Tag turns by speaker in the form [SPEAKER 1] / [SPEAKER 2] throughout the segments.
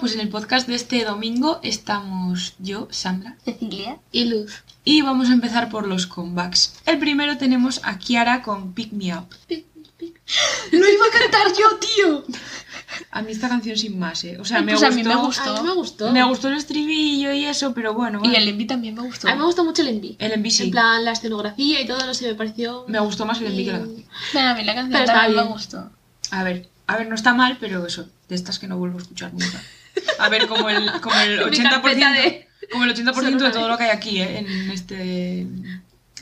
[SPEAKER 1] pues en el podcast de este domingo estamos yo, Sandra,
[SPEAKER 2] Cecilia.
[SPEAKER 3] Y Luz.
[SPEAKER 1] y vamos a empezar por los comebacks. El primero tenemos a Kiara con Pick Me Up.
[SPEAKER 2] ¡Lo iba a cantar yo, tío!
[SPEAKER 1] A mí esta canción sin más, ¿eh? O sea, me
[SPEAKER 3] Pues
[SPEAKER 1] gustó,
[SPEAKER 3] a mí me
[SPEAKER 1] me,
[SPEAKER 3] gustó.
[SPEAKER 2] A mí me gustó.
[SPEAKER 1] gustó. el estribillo y eso, pero bueno.
[SPEAKER 2] Y
[SPEAKER 1] vale.
[SPEAKER 2] el envi también me gustó.
[SPEAKER 3] A mí me gustó mucho el envi.
[SPEAKER 1] El MV sí.
[SPEAKER 3] En plan, la escenografía y todo, no sé, me pareció...
[SPEAKER 1] Me gustó más el envi que la
[SPEAKER 3] Mm,
[SPEAKER 1] canción.
[SPEAKER 2] Bueno, a mí la canción
[SPEAKER 3] Pero está
[SPEAKER 2] también me
[SPEAKER 3] bien.
[SPEAKER 2] gustó.
[SPEAKER 1] A ver, a ver, no está mal, pero eso, de estas que no vuelvo a escuchar nunca. A ver, como el, como el
[SPEAKER 3] Mi
[SPEAKER 1] 80%,
[SPEAKER 3] carpeta de-
[SPEAKER 1] como el 80
[SPEAKER 3] Solo una
[SPEAKER 1] de todo
[SPEAKER 3] vez.
[SPEAKER 1] lo que hay aquí, ¿eh? en este en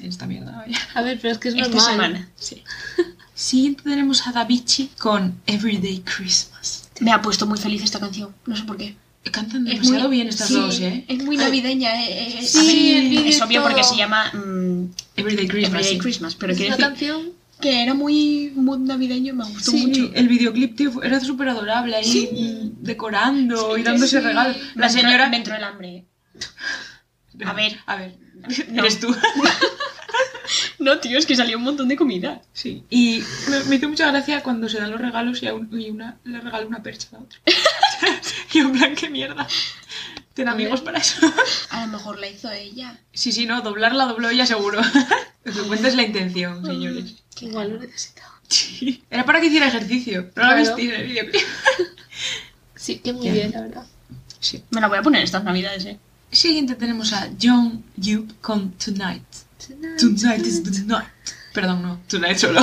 [SPEAKER 1] esta mierda. vaya.
[SPEAKER 3] A ver, pero es que es
[SPEAKER 2] Esta
[SPEAKER 3] normal.
[SPEAKER 2] semana.
[SPEAKER 3] Sí.
[SPEAKER 1] Siguiente tenemos a Davichi con Everyday Christmas.
[SPEAKER 2] Me ha puesto muy feliz esta canción. No sé por qué.
[SPEAKER 1] Cantan
[SPEAKER 3] Es
[SPEAKER 1] demasiado
[SPEAKER 3] muy-
[SPEAKER 1] bien estas
[SPEAKER 2] sí,
[SPEAKER 1] dos, ¿eh?
[SPEAKER 2] Es muy navideña. eh, eh,
[SPEAKER 1] Sí,
[SPEAKER 2] a ver,
[SPEAKER 1] el
[SPEAKER 3] vídeo
[SPEAKER 2] es
[SPEAKER 3] y
[SPEAKER 2] obvio porque
[SPEAKER 3] todo.
[SPEAKER 2] se llama mm,
[SPEAKER 1] Everyday Christmas.
[SPEAKER 2] Everyday
[SPEAKER 1] sí.
[SPEAKER 2] Christmas. Pero
[SPEAKER 3] Es
[SPEAKER 2] quiero
[SPEAKER 3] una
[SPEAKER 2] decir
[SPEAKER 3] canción...
[SPEAKER 2] que era muy mood navideño y me gustó
[SPEAKER 1] Sí,
[SPEAKER 2] mucho.
[SPEAKER 1] el videoclip tío, era súper adorable ahí mm, decorando
[SPEAKER 2] Sí,
[SPEAKER 1] y dándose
[SPEAKER 2] sí.
[SPEAKER 1] regalos. La
[SPEAKER 2] Me entró-
[SPEAKER 1] señora.
[SPEAKER 2] Me entró el hambre. a ver.
[SPEAKER 1] A ver.
[SPEAKER 2] No.
[SPEAKER 1] Eres tú.
[SPEAKER 2] No, tío, es que salió un montón de comida.
[SPEAKER 1] Sí, y me, me hizo mucha gracia cuando se dan los regalos y, a un- y una le regala una percha a la otra. y en plan, qué mierda. Ten amigos para eso.
[SPEAKER 2] A lo mejor la hizo ella.
[SPEAKER 1] sí, sí, no, doblarla dobló ella seguro. Lo que cuenta es la
[SPEAKER 2] Ah.
[SPEAKER 1] intención, señores.
[SPEAKER 3] Que igual lo necesitaba.
[SPEAKER 1] Sí. Era para que hiciera ejercicio, pero la
[SPEAKER 3] Claro.
[SPEAKER 1] vestí en el videoclip.
[SPEAKER 3] Sí, que muy
[SPEAKER 1] Ya.
[SPEAKER 3] bien, la verdad.
[SPEAKER 1] Sí.
[SPEAKER 2] Me la voy a poner estas navidades, eh.
[SPEAKER 1] Siguiente tenemos a John Yup con Tonight. Tonight is the night. Perdón, no, Tonight solo.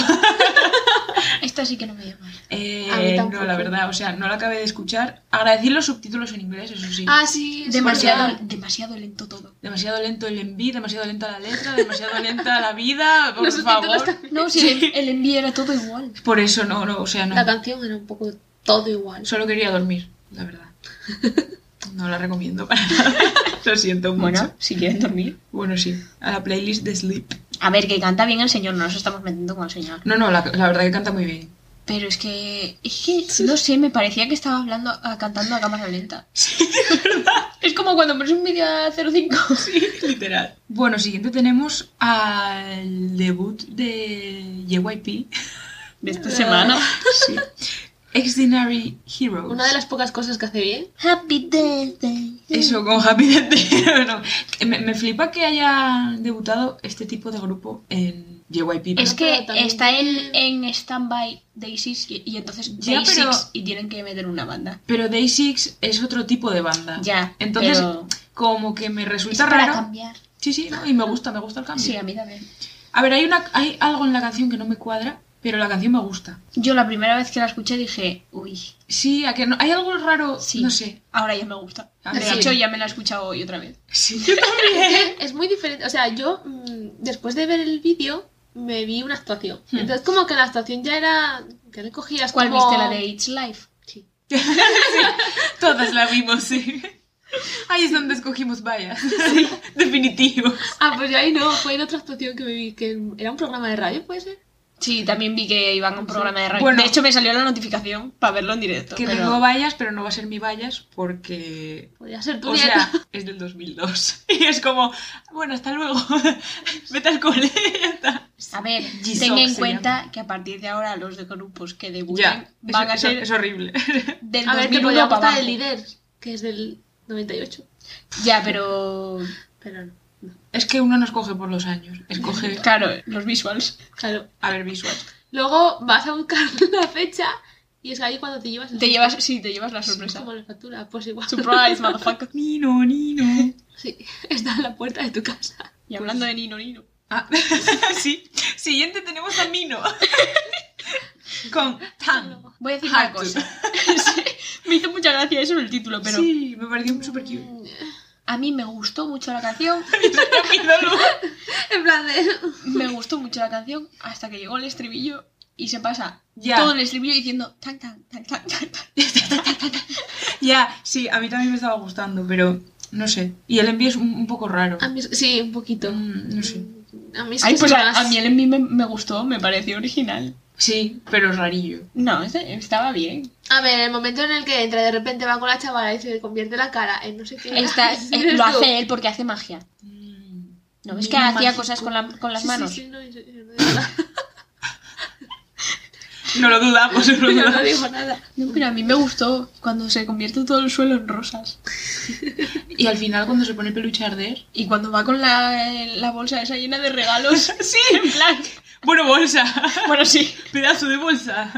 [SPEAKER 2] Esta sí que no me llama.
[SPEAKER 1] Eh,
[SPEAKER 3] A mí tampoco.
[SPEAKER 1] no, la verdad, o sea, no la acabé de escuchar. Agradecí los subtítulos en inglés, eso sí.
[SPEAKER 3] Ah, sí. es
[SPEAKER 2] Demasiado,
[SPEAKER 3] verdad.
[SPEAKER 2] demasiado lento todo.
[SPEAKER 1] Demasiado lento el enví, demasiado lenta la letra, demasiado lenta la vida, por
[SPEAKER 3] Los subtítulos
[SPEAKER 1] favor.
[SPEAKER 3] también.
[SPEAKER 2] No, si el, el envío era todo igual.
[SPEAKER 1] Por eso no, no, o sea, no.
[SPEAKER 3] La canción era un poco todo igual.
[SPEAKER 1] Solo quería dormir, la verdad. No la recomiendo para nada. Lo siento mucho.
[SPEAKER 2] Bueno, si quieren dormir.
[SPEAKER 1] Bueno, sí, a la playlist de Sleep.
[SPEAKER 2] A ver, que canta bien el señor, no nos estamos metiendo con el señor.
[SPEAKER 1] No, no, la, la verdad que canta muy bien.
[SPEAKER 2] Pero es que, es que, no sé, me parecía que estaba hablando, ah, cantando a cámara lenta. Es como cuando pones un vídeo a 05.
[SPEAKER 1] Literal. Bueno, siguiente tenemos al debut de JYP.
[SPEAKER 2] De esta
[SPEAKER 3] semana.
[SPEAKER 1] Sí. Extraordinary Heroes.
[SPEAKER 3] Una de las pocas cosas que hace bien.
[SPEAKER 2] Happy birthday.
[SPEAKER 1] Eso, con Happy Death Day. No, me, me flipa que haya debutado este tipo de grupo en JYP.
[SPEAKER 2] Es que
[SPEAKER 3] Pero también-
[SPEAKER 2] está él en stand-by Day6 y, y entonces
[SPEAKER 1] Ya,
[SPEAKER 2] Day6
[SPEAKER 1] pero-
[SPEAKER 2] y tienen que meter una banda.
[SPEAKER 1] Pero Day6 es otro tipo de banda.
[SPEAKER 2] Ya,
[SPEAKER 1] Entonces,
[SPEAKER 2] pero
[SPEAKER 1] como que me
[SPEAKER 2] es
[SPEAKER 1] resulta
[SPEAKER 2] para
[SPEAKER 1] raro.
[SPEAKER 2] cambiar.
[SPEAKER 1] Sí, sí, no, y me gusta, me gusta el cambio.
[SPEAKER 2] Sí, a mí también.
[SPEAKER 1] A ver, hay, una, hay algo en la canción que no me cuadra, pero la canción me gusta.
[SPEAKER 2] Yo la primera vez que la escuché dije, uy,
[SPEAKER 1] Sí, a que no, hay algo raro,
[SPEAKER 2] sí,
[SPEAKER 1] no sé.
[SPEAKER 2] ahora ya me gusta.
[SPEAKER 1] Ah,
[SPEAKER 2] De
[SPEAKER 1] sí.
[SPEAKER 2] hecho, ya me la he escuchado hoy otra vez.
[SPEAKER 1] Sí, yo también.
[SPEAKER 3] Es muy diferente. O sea, yo mm, después de ver el vídeo me vi una actuación.
[SPEAKER 1] Hmm.
[SPEAKER 3] Entonces como que la actuación ya era... Que le cogías
[SPEAKER 2] ¿Cuál
[SPEAKER 3] como-
[SPEAKER 2] viste? La de It's Life.
[SPEAKER 3] Sí.
[SPEAKER 1] Todas la vimos, sí. Ahí es donde escogimos vaya. Sí, definitivo.
[SPEAKER 3] Ah, pues ahí no. Fue en otra actuación que me vi. Que era un programa de radio, ¿puede ser?
[SPEAKER 2] Sí, también vi que iban a un programa de radio.
[SPEAKER 1] Bueno.
[SPEAKER 2] de hecho, me salió la notificación para verlo en directo.
[SPEAKER 1] Que
[SPEAKER 2] pero-
[SPEAKER 1] tengo vallas, pero no va a ser mi vallas porque...
[SPEAKER 3] Podría ser tu
[SPEAKER 1] O
[SPEAKER 3] nieta.
[SPEAKER 1] sea, es del 2002. Y es como, bueno, hasta luego. Vete al cole. ya está.
[SPEAKER 2] A ver,
[SPEAKER 1] G-Shock
[SPEAKER 2] ten en
[SPEAKER 1] se
[SPEAKER 2] cuenta que a partir de ahora los de grupos que debuten
[SPEAKER 1] Ya,
[SPEAKER 2] van
[SPEAKER 1] eso- eso-
[SPEAKER 2] a ser
[SPEAKER 1] es horrible.
[SPEAKER 2] del
[SPEAKER 3] A ver,
[SPEAKER 2] 2001
[SPEAKER 3] te podría
[SPEAKER 2] para
[SPEAKER 3] gustar
[SPEAKER 2] abajo.
[SPEAKER 3] el líder, que es del 98.
[SPEAKER 2] Ya, pero
[SPEAKER 3] Pero no.
[SPEAKER 1] Es que uno no escoge por los años. Escoge,
[SPEAKER 2] claro, los visuals.
[SPEAKER 3] Claro.
[SPEAKER 1] a ver, visual.
[SPEAKER 3] Luego vas a buscar la fecha y es ahí cuando te llevas... el-
[SPEAKER 2] Te llevas, sí, te llevas la
[SPEAKER 3] Es
[SPEAKER 2] sorpresa.
[SPEAKER 3] como la factura, pues igual.
[SPEAKER 2] Surprise, motherfucker.
[SPEAKER 1] Nino, Nino.
[SPEAKER 3] Sí, está en la puerta de tu casa.
[SPEAKER 2] Y hablando de Nino Nino.
[SPEAKER 1] Ah, sí. Siguiente tenemos a Mino. Con Tan.
[SPEAKER 2] Voy a decir una
[SPEAKER 1] Hard to.
[SPEAKER 2] cosa. Sí, me hizo mucha gracia eso en el título, pero
[SPEAKER 1] Sí, me pareció súper cute.
[SPEAKER 3] Mm,
[SPEAKER 2] a mí me gustó mucho la canción.
[SPEAKER 3] En plan de...
[SPEAKER 2] Me gustó mucho la canción hasta que llegó el estribillo y se pasa
[SPEAKER 1] Ya.
[SPEAKER 2] todo el estribillo diciendo tan tan tan tan tan. tan.
[SPEAKER 1] Ya, sí, a mí también me estaba gustando, pero no sé. Y el envío es un, un poco raro.
[SPEAKER 3] A mí, sí, un poquito.
[SPEAKER 1] Mm, no sé.
[SPEAKER 3] A mí es
[SPEAKER 2] Ay,
[SPEAKER 3] que
[SPEAKER 2] pues
[SPEAKER 3] es
[SPEAKER 2] a,
[SPEAKER 3] más-
[SPEAKER 2] a mí el envío me, me gustó, me pareció original.
[SPEAKER 1] Sí, pero es rarillo.
[SPEAKER 2] No, este- estaba bien.
[SPEAKER 3] A ver, el momento en el que entra de repente va con la chavala y se le convierte la cara en no sé qué.
[SPEAKER 2] Esta-
[SPEAKER 3] Sí,
[SPEAKER 2] eh,
[SPEAKER 3] eres
[SPEAKER 2] lo
[SPEAKER 3] tú.
[SPEAKER 2] hace él porque hace magia.
[SPEAKER 1] Mm.
[SPEAKER 2] ¿No ves que
[SPEAKER 1] Mira,
[SPEAKER 2] hacía
[SPEAKER 1] mágico.
[SPEAKER 2] cosas con, la- con las
[SPEAKER 3] Sí, sí,
[SPEAKER 2] manos?
[SPEAKER 3] sí, no, yo- yo no digo nada.
[SPEAKER 1] No lo dudamos, no lo
[SPEAKER 3] Yo no
[SPEAKER 1] dudamos.
[SPEAKER 3] digo nada.
[SPEAKER 2] No, pero a mí me gustó cuando se convierte todo el suelo en rosas.
[SPEAKER 1] Y al final cuando se pone el peluche a arder...
[SPEAKER 2] Y cuando va con la, la bolsa esa llena de regalos.
[SPEAKER 1] Sí,
[SPEAKER 2] En plan.
[SPEAKER 1] bueno, bolsa.
[SPEAKER 2] Bueno, sí.
[SPEAKER 1] Pedazo de bolsa.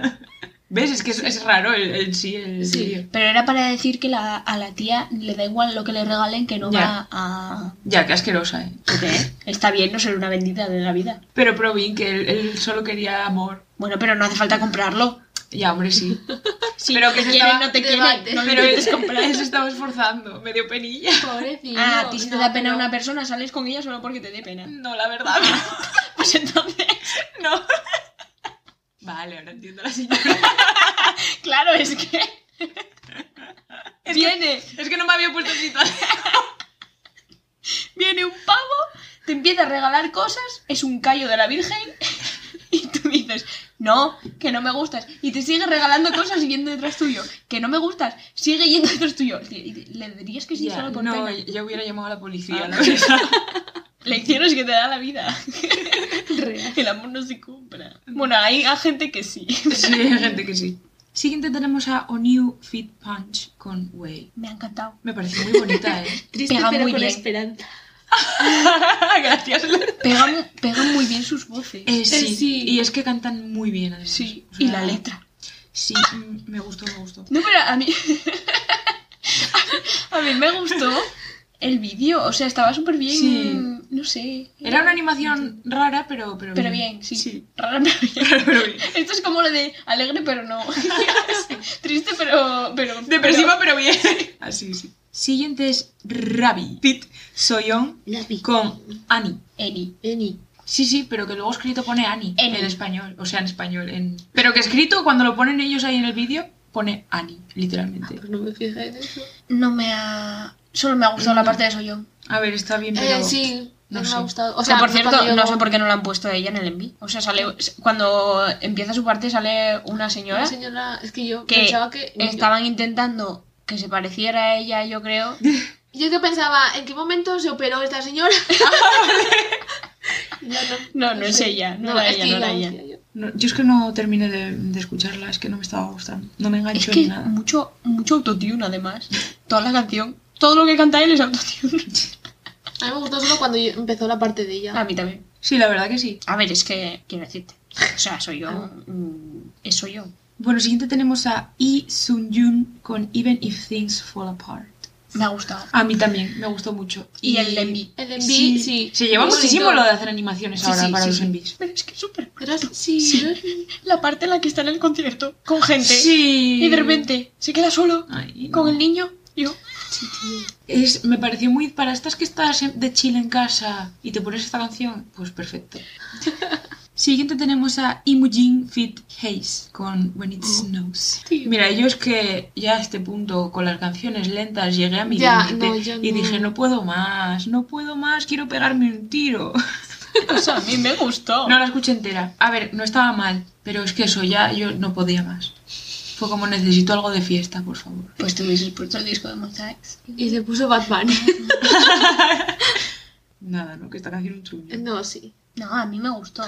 [SPEAKER 1] ¿Ves? Es que es, es raro el, el sí, el
[SPEAKER 3] Sí.
[SPEAKER 1] vídeo.
[SPEAKER 2] Pero era para decir que la, a la tía le da igual lo que le regalen que no
[SPEAKER 1] Ya.
[SPEAKER 2] va a.
[SPEAKER 1] Ya, que asquerosa, ¿eh?
[SPEAKER 2] ¿Por qué? Está bien no ser una bendita de la vida.
[SPEAKER 1] Pero Provin, que él, él solo quería amor.
[SPEAKER 2] Bueno, pero no hace falta comprarlo.
[SPEAKER 1] Ya, hombre, sí.
[SPEAKER 2] Si
[SPEAKER 1] Pero
[SPEAKER 2] te
[SPEAKER 1] que se
[SPEAKER 2] quieren,
[SPEAKER 1] estaba-
[SPEAKER 2] no te
[SPEAKER 3] debate.
[SPEAKER 2] quieren. No lo
[SPEAKER 1] Pero él,
[SPEAKER 2] intentes comprar.
[SPEAKER 1] él se estaba esforzando. Me dio penilla.
[SPEAKER 3] Pobrecillo.
[SPEAKER 2] Ah, a ti si te
[SPEAKER 3] no,
[SPEAKER 2] da pena
[SPEAKER 3] pero-
[SPEAKER 2] una persona, sales con ella solo porque te dé pena.
[SPEAKER 1] No, la verdad.
[SPEAKER 2] Pues entonces,
[SPEAKER 1] No. Vale, ahora entiendo a la señora.
[SPEAKER 2] claro, es que.
[SPEAKER 1] que-
[SPEAKER 2] viene,
[SPEAKER 1] Es que no me había puesto en situación.
[SPEAKER 2] viene un pavo, te empieza a regalar cosas, es un callo de la Virgen, y tú dices, no, que no me gustas. Y te sigue regalando cosas y yendo detrás tuyo, que no me gustas, sigue yendo detrás tuyo. Y Le dirías que sí
[SPEAKER 1] Ya,
[SPEAKER 2] solo por
[SPEAKER 1] no,
[SPEAKER 2] pena.
[SPEAKER 1] ya hubiera llamado a la policía.
[SPEAKER 2] Ah,
[SPEAKER 1] la
[SPEAKER 2] no.
[SPEAKER 1] verdad.
[SPEAKER 2] Lecciones que te da la vida.
[SPEAKER 3] Real.
[SPEAKER 2] El amor no se compra. Bueno, hay, hay gente que sí.
[SPEAKER 1] Sí, hay gente que sí. Siguiente tenemos a O New Fit Punch con Way.
[SPEAKER 2] Me ha encantado.
[SPEAKER 1] Me pareció muy bonita, ¿eh?
[SPEAKER 3] Triste,
[SPEAKER 2] Pega
[SPEAKER 3] pero
[SPEAKER 2] muy
[SPEAKER 3] con
[SPEAKER 2] bien.
[SPEAKER 3] esperanza.
[SPEAKER 1] Gracias.
[SPEAKER 2] Pegan, pegan muy bien sus voces.
[SPEAKER 1] Eh, sí.
[SPEAKER 3] sí.
[SPEAKER 1] y es que cantan muy bien. además.
[SPEAKER 2] Sí,
[SPEAKER 1] O sea,
[SPEAKER 2] y la letra.
[SPEAKER 1] Sí, mm, me gustó, me gustó.
[SPEAKER 2] No, pero a mí. a mí me gustó el vídeo. O sea, estaba súper bien.
[SPEAKER 1] Sí.
[SPEAKER 2] No sé.
[SPEAKER 1] Era una animación rara, pero... Pero,
[SPEAKER 2] Pero bien, sí.
[SPEAKER 1] Sí,
[SPEAKER 2] Rara, pero bien.
[SPEAKER 1] pero bien.
[SPEAKER 2] Esto es como lo de alegre, pero no. Triste, pero. pero
[SPEAKER 1] Depresiva, pero bien. Así, sí. Siguiente es Rabi. Pit Soyeon
[SPEAKER 3] La vi.
[SPEAKER 1] con Annie.
[SPEAKER 2] pero- Eni.
[SPEAKER 3] Eni.
[SPEAKER 1] Sí, sí, pero que luego escrito pone Annie
[SPEAKER 2] Annie.
[SPEAKER 1] en español, o sea, en español. En... Pero que escrito, cuando lo ponen ellos ahí en el vídeo, pone Annie, literalmente.
[SPEAKER 3] Pues no me fijé en eso.
[SPEAKER 2] No me ha. Solo me ha gustado
[SPEAKER 1] Mm.
[SPEAKER 2] la parte de Soy yo.
[SPEAKER 1] A ver, está bien, pero...
[SPEAKER 3] Eh, sí,
[SPEAKER 1] no
[SPEAKER 3] no me
[SPEAKER 1] sé.
[SPEAKER 3] ha gustado.
[SPEAKER 2] O sea, por cierto, no sé por qué no la han puesto a ella en el envío. O sea, sale. Cuando empieza su parte, sale una señora.
[SPEAKER 3] La señora, es que yo
[SPEAKER 2] ¿eh? que
[SPEAKER 3] pensaba que.
[SPEAKER 2] estaban intentando que se pareciera a ella, yo creo.
[SPEAKER 3] Yo que pensaba, ¿en qué momento se operó esta señora? Yo
[SPEAKER 2] No, no es
[SPEAKER 3] sé.
[SPEAKER 2] ella, no era
[SPEAKER 3] es
[SPEAKER 2] ella,
[SPEAKER 3] que
[SPEAKER 2] no era
[SPEAKER 3] yo
[SPEAKER 2] ella.
[SPEAKER 3] decía yo.
[SPEAKER 1] No, yo es que no terminé de, de escucharla, es que no me estaba gustando. No me
[SPEAKER 2] Es
[SPEAKER 1] enganchó ni
[SPEAKER 2] que
[SPEAKER 1] nada.
[SPEAKER 2] mucho, mucho autotune, además. Toda la canción, todo lo que canta él es autotune.
[SPEAKER 3] A mí me gustó solo cuando yo- empezó la parte de
[SPEAKER 2] A
[SPEAKER 3] ella.
[SPEAKER 2] mí también.
[SPEAKER 1] Sí, la verdad que sí.
[SPEAKER 2] A ver, es que, quiero decirte. O sea, soy yo. mm, es soy yo.
[SPEAKER 1] Bueno, siguiente tenemos a Lee Sun Jun con Even If Things Fall Apart.
[SPEAKER 2] Me ha gustado.
[SPEAKER 1] A mí también, me gustó mucho.
[SPEAKER 2] Y el Envy.
[SPEAKER 3] El envío,
[SPEAKER 1] Sí,
[SPEAKER 3] sí.
[SPEAKER 1] Se lleva
[SPEAKER 3] Muy
[SPEAKER 1] muchísimo
[SPEAKER 3] bonito.
[SPEAKER 1] lo de hacer animaciones
[SPEAKER 2] Sí,
[SPEAKER 1] ahora
[SPEAKER 2] sí,
[SPEAKER 1] para
[SPEAKER 2] sí,
[SPEAKER 1] los
[SPEAKER 2] sí.
[SPEAKER 1] envies.
[SPEAKER 2] Pero es que es súper.
[SPEAKER 3] Era- sí, yo-
[SPEAKER 2] La parte en la que está en el concierto con gente.
[SPEAKER 1] Sí.
[SPEAKER 2] Y de repente se queda solo
[SPEAKER 1] Ay,
[SPEAKER 2] con
[SPEAKER 1] no.
[SPEAKER 2] el niño. y Yo.
[SPEAKER 1] Es, me pareció muy. Para estas que estás en- de Chile en casa y te pones esta canción, pues perfecto. Siguiente tenemos a Imujin Fit Haze con When It Snows.
[SPEAKER 3] Tío.
[SPEAKER 1] Mira, yo es que ya a este punto con las canciones lentas llegué a mi
[SPEAKER 3] Ya,
[SPEAKER 1] límite
[SPEAKER 3] no, yo
[SPEAKER 1] y
[SPEAKER 3] no.
[SPEAKER 1] dije no puedo más, no puedo más, quiero pegarme un tiro.
[SPEAKER 2] O sea, Pues a mí me gustó.
[SPEAKER 1] No la escuché entera. A ver, no estaba mal, pero es que eso ya yo no podía más. Fue como necesito algo de fiesta, por favor.
[SPEAKER 2] Pues te hubieses puesto el disco de Mosaics.
[SPEAKER 3] Y se puso Batman.
[SPEAKER 1] Nada, ¿no? Que esta canción es un truño.
[SPEAKER 3] No, sí.
[SPEAKER 2] No, a mí me gustó.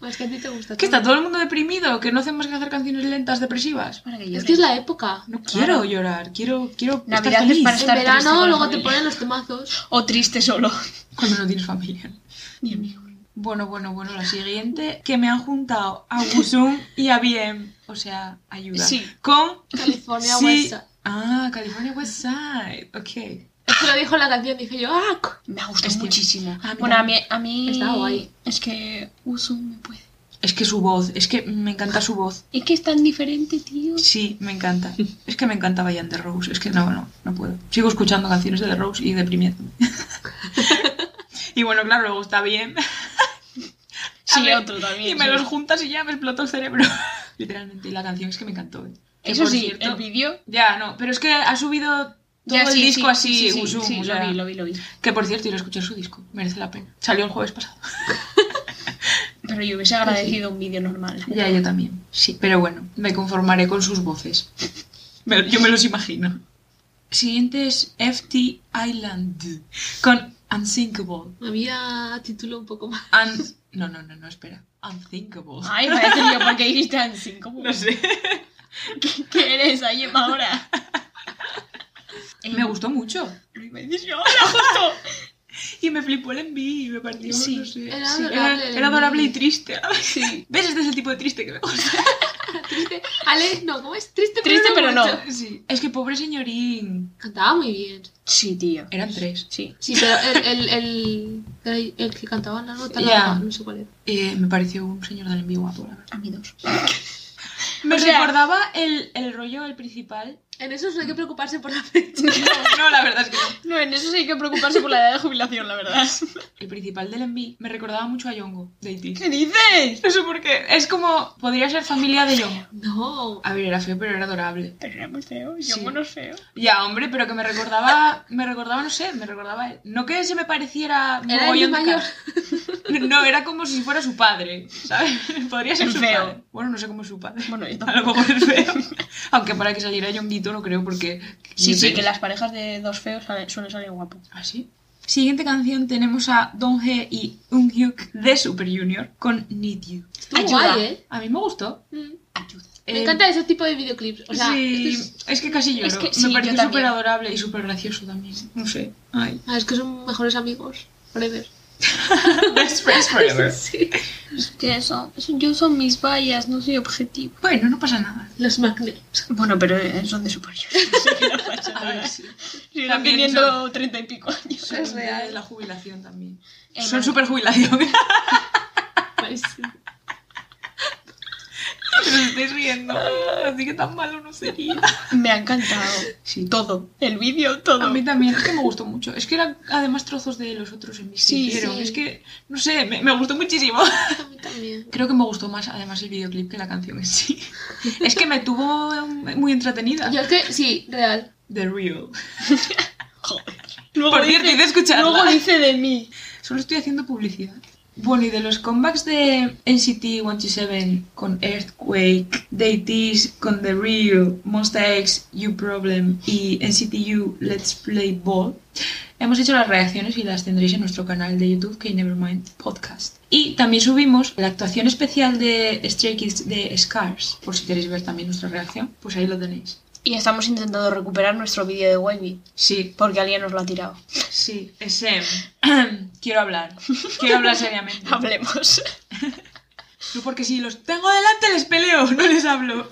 [SPEAKER 3] Más que a ti te gusta.
[SPEAKER 1] ¿Qué
[SPEAKER 3] todo.
[SPEAKER 1] está todo el mundo deprimido? ¿Que no hacen más que hacer canciones lentas, depresivas?
[SPEAKER 2] Para que
[SPEAKER 3] Es
[SPEAKER 2] llores.
[SPEAKER 3] que es la época.
[SPEAKER 1] No quiero llorar, quiero, quiero
[SPEAKER 2] Navidad
[SPEAKER 1] estar
[SPEAKER 2] es
[SPEAKER 1] feliz
[SPEAKER 2] para
[SPEAKER 3] En
[SPEAKER 2] estar triste
[SPEAKER 3] verano
[SPEAKER 2] con la
[SPEAKER 3] luego te
[SPEAKER 2] familia.
[SPEAKER 3] ponen los temazos.
[SPEAKER 2] O triste solo.
[SPEAKER 1] cuando no tienes familia.
[SPEAKER 2] Ni amigo.
[SPEAKER 1] Bueno, bueno, bueno, la siguiente, que me han juntado a Gusum y a Bien, o sea, ayuda.
[SPEAKER 2] Sí.
[SPEAKER 1] Con...
[SPEAKER 3] California
[SPEAKER 1] sí.
[SPEAKER 3] West Side.
[SPEAKER 1] Ah, California West Side, ok.
[SPEAKER 3] Es que lo dijo en la canción, dije yo, ¡ah! co-
[SPEAKER 2] Me ha gustado
[SPEAKER 1] Es que-
[SPEAKER 2] muchísimo.
[SPEAKER 1] a mí
[SPEAKER 2] bueno, a mí,
[SPEAKER 1] también.
[SPEAKER 2] a mí.
[SPEAKER 3] Está guay.
[SPEAKER 2] Es que Usum me puede.
[SPEAKER 1] Es que su voz, es que me encanta su voz.
[SPEAKER 2] Es que es tan diferente, tío.
[SPEAKER 1] Sí, me encanta. Es que me encanta Vayan de Rose. Es que no, no, no puedo. Sigo escuchando canciones de The Rose y deprimiéndome. y bueno, claro, luego está bien.
[SPEAKER 2] Sí,
[SPEAKER 1] A ver,
[SPEAKER 2] otro también.
[SPEAKER 1] Y me
[SPEAKER 2] sí.
[SPEAKER 1] los juntas y ya me explotó el cerebro. Literalmente, y la canción es que me encantó. ¿eh? Que,
[SPEAKER 2] Eso
[SPEAKER 1] por
[SPEAKER 2] sí,
[SPEAKER 1] cierto-
[SPEAKER 2] el vídeo.
[SPEAKER 1] Ya, no, pero es que ha subido todo
[SPEAKER 2] Ya,
[SPEAKER 1] el
[SPEAKER 2] sí,
[SPEAKER 1] disco
[SPEAKER 2] sí,
[SPEAKER 1] así,
[SPEAKER 2] sí, sí,
[SPEAKER 1] Usum,
[SPEAKER 2] sí,
[SPEAKER 1] o
[SPEAKER 2] lo
[SPEAKER 1] sea,
[SPEAKER 2] vi, lo vi, lo vi.
[SPEAKER 1] Que por cierto, ir a escuchar su disco, merece la pena. Salió el jueves pasado.
[SPEAKER 2] Pero yo hubiese agradecido un vídeo normal.
[SPEAKER 1] Ya, yo también. Sí, pero bueno, me conformaré con sus voces. Me- yo me los imagino. Siguiente es FT Island con Unthinkable.
[SPEAKER 3] Había título un poco más.
[SPEAKER 1] Un- No, no, no, no, espera. Unthinkable.
[SPEAKER 2] Ay, me decir yo, ¿por qué dijiste tan cinco?
[SPEAKER 1] No sé.
[SPEAKER 2] ¿Qué, qué eres, ahí ahora?
[SPEAKER 1] Me gustó mucho.
[SPEAKER 2] Lo iba a decir yo ahora, justo.
[SPEAKER 1] Y me flipó el envío y me pareció,
[SPEAKER 2] Sí,
[SPEAKER 1] no sé.
[SPEAKER 3] era
[SPEAKER 1] sí,
[SPEAKER 3] adorable el
[SPEAKER 1] era adorable
[SPEAKER 3] envy.
[SPEAKER 1] y triste.
[SPEAKER 2] Sí.
[SPEAKER 1] ¿Ves? Este es el tipo de triste que me gusta.
[SPEAKER 3] Triste. Ale, no, ¿cómo es? Triste,
[SPEAKER 2] Triste, pero no.
[SPEAKER 3] mucho.
[SPEAKER 1] Sí. Es que pobre señorín.
[SPEAKER 3] Cantaba muy bien.
[SPEAKER 2] Sí, tío.
[SPEAKER 1] Eran tres.
[SPEAKER 2] Sí.
[SPEAKER 3] Sí, pero el, el, el, el, el que cantaba la nota, no,
[SPEAKER 1] Ya.
[SPEAKER 3] no sé cuál era.
[SPEAKER 1] Eh, me pareció un señor del envío guapo, la verdad.
[SPEAKER 2] A mí dos.
[SPEAKER 1] Me
[SPEAKER 2] O sea-
[SPEAKER 1] recordaba el, el rollo, el principal.
[SPEAKER 3] En eso no hay que preocuparse por la fecha.
[SPEAKER 1] No, no, la verdad es que no.
[SPEAKER 2] No, en eso sí hay que preocuparse por la edad de jubilación, la verdad.
[SPEAKER 1] El principal del envío me recordaba mucho a Yongo, de IT.
[SPEAKER 2] ¿Qué dices?
[SPEAKER 1] No sé por qué. Es como, podría ser familia de Yongo.
[SPEAKER 3] No.
[SPEAKER 1] A ver, era feo, pero era adorable.
[SPEAKER 2] Pero era muy feo.
[SPEAKER 1] yo
[SPEAKER 2] Yo
[SPEAKER 1] mono
[SPEAKER 2] no feo.
[SPEAKER 1] Ya, hombre, pero que me recordaba, me recordaba, no sé, me recordaba él. No que se me pareciera
[SPEAKER 3] Era
[SPEAKER 1] mogollón
[SPEAKER 3] el
[SPEAKER 1] de
[SPEAKER 3] mayor.
[SPEAKER 1] cara. No, era como si fuera su padre, ¿sabes? Podría ser
[SPEAKER 2] Es
[SPEAKER 1] su
[SPEAKER 2] feo.
[SPEAKER 1] padre. Bueno, no sé cómo es su padre.
[SPEAKER 2] Bueno, yo
[SPEAKER 1] A lo mejor es feo. Aunque para que saliera Yonguito no creo porque...
[SPEAKER 2] Sí, sí,
[SPEAKER 1] Pero-
[SPEAKER 2] que las parejas de dos feos sale- suelen salir guapos.
[SPEAKER 1] ¿Ah, sí? Siguiente canción tenemos a Donghae y Eunhyuk de Super Junior con Need You.
[SPEAKER 3] Estuvo
[SPEAKER 2] Ayuda.
[SPEAKER 3] guay, ¿eh?
[SPEAKER 1] A mí me gustó.
[SPEAKER 3] Mm.
[SPEAKER 2] Ayuda.
[SPEAKER 3] Me
[SPEAKER 1] Eh,
[SPEAKER 3] encanta ese tipo de videoclips. O sea, este
[SPEAKER 1] sí,
[SPEAKER 3] es, que es-
[SPEAKER 1] es... que casi lloro.
[SPEAKER 2] es que sí,
[SPEAKER 1] me
[SPEAKER 2] yo
[SPEAKER 1] pareció
[SPEAKER 2] también.
[SPEAKER 1] súper adorable y súper gracioso también. No sé. Ay.
[SPEAKER 3] ah, es que son mejores amigos. Forever.
[SPEAKER 1] Best friends forever.
[SPEAKER 3] Sí.
[SPEAKER 2] Es que eso, eso- yo son mis vallas, no soy objetivo.
[SPEAKER 1] Bueno, no pasa nada.
[SPEAKER 3] Los magnets.
[SPEAKER 2] Bueno, pero eh, son de super
[SPEAKER 1] A ver, sí.
[SPEAKER 2] Siguen
[SPEAKER 1] También
[SPEAKER 2] teniendo treinta y pico años.
[SPEAKER 1] Son de
[SPEAKER 3] real.
[SPEAKER 1] la jubilación también.
[SPEAKER 2] Eh,
[SPEAKER 1] Son
[SPEAKER 2] no.
[SPEAKER 1] súper jubilación.
[SPEAKER 3] Pues sí.
[SPEAKER 1] Pero estáis riendo. Así que tan malo no sería.
[SPEAKER 2] Me ha encantado.
[SPEAKER 1] Sí.
[SPEAKER 2] Todo. El vídeo, todo.
[SPEAKER 1] A mí también, es que me gustó mucho. Es que eran además trozos de los otros en mis
[SPEAKER 2] Sí,
[SPEAKER 3] sí.
[SPEAKER 1] Es que, no sé, me, me gustó muchísimo.
[SPEAKER 3] A mí también.
[SPEAKER 1] Creo que me gustó más además el videoclip que la canción en sí. Es que me tuvo muy entretenida.
[SPEAKER 3] Yo es que, sí, real.
[SPEAKER 1] The Real.
[SPEAKER 2] Joder. Luego
[SPEAKER 1] Por cierto, id a escucharla.
[SPEAKER 2] Luego dice de mí.
[SPEAKER 1] Solo estoy haciendo publicidad. Bueno, y de los comebacks de NCT 127 con Earthquake, Deities con The Real, Monster X, You Problem y NCT U Let's Play Ball, hemos hecho las reacciones y las tendréis en nuestro canal de YouTube, K-Nevermind Podcast. Y también subimos la actuación especial de Stray Kids de Scars, por si queréis ver también nuestra reacción, pues ahí lo tenéis.
[SPEAKER 2] Y estamos intentando recuperar nuestro vídeo de Wavy.
[SPEAKER 1] Sí,
[SPEAKER 2] Porque alguien nos lo ha tirado.
[SPEAKER 1] sí, es... em, quiero hablar, quiero hablar seriamente.
[SPEAKER 2] Hablemos.
[SPEAKER 1] No, porque si los tengo delante les peleo, no les hablo.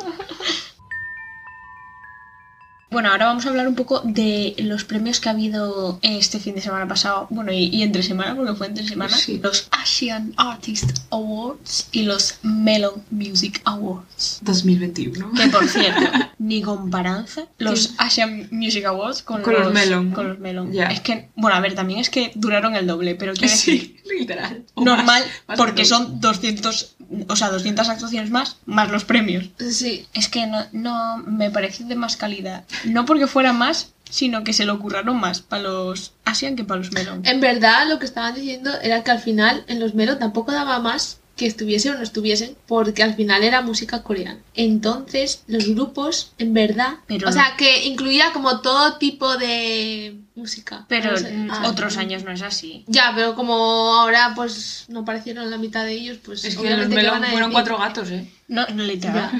[SPEAKER 2] Bueno, ahora vamos a hablar un poco de los premios que ha habido este fin de semana pasado, bueno, y, y entre semana, porque fue entre semana,
[SPEAKER 1] Sí.
[SPEAKER 2] los Asian Artist Awards y los Melon Music Awards.
[SPEAKER 1] 2021.
[SPEAKER 2] Que por cierto, ni comparanza los Asian Music Awards con,
[SPEAKER 1] Con los Melon, ¿no?
[SPEAKER 2] Con los Melon.
[SPEAKER 1] Ya.
[SPEAKER 2] Es que, bueno, a ver, también es que duraron el doble, pero quiero decir,
[SPEAKER 1] Sí, literal. O
[SPEAKER 2] normal,
[SPEAKER 1] más, más
[SPEAKER 2] porque
[SPEAKER 1] que todo.
[SPEAKER 2] son 200, o sea, 200 actuaciones más, más los premios.
[SPEAKER 3] Sí.
[SPEAKER 2] Es que no, no me pareció de más calidad. No porque fuera más, sino que se lo curraron más para los Asian que para los Melon.
[SPEAKER 1] Eh,
[SPEAKER 3] En verdad, lo que estaban diciendo era que al final en los Melo tampoco daba más que estuviesen o no estuviesen, porque al final era música coreana. Entonces, los grupos, en verdad,
[SPEAKER 2] Pero
[SPEAKER 3] o
[SPEAKER 2] no.
[SPEAKER 3] sea, que incluía como todo tipo de música.
[SPEAKER 2] Pero
[SPEAKER 3] No sé.
[SPEAKER 2] mm,
[SPEAKER 3] Ah.
[SPEAKER 2] otros años no es así.
[SPEAKER 3] Ya, pero como ahora pues no aparecieron la mitad de ellos, pues
[SPEAKER 1] Es que los
[SPEAKER 3] obviamente
[SPEAKER 1] melón
[SPEAKER 3] van a
[SPEAKER 1] fueron
[SPEAKER 3] decir?
[SPEAKER 1] cuatro gatos, ¿eh?
[SPEAKER 2] No, no, literal.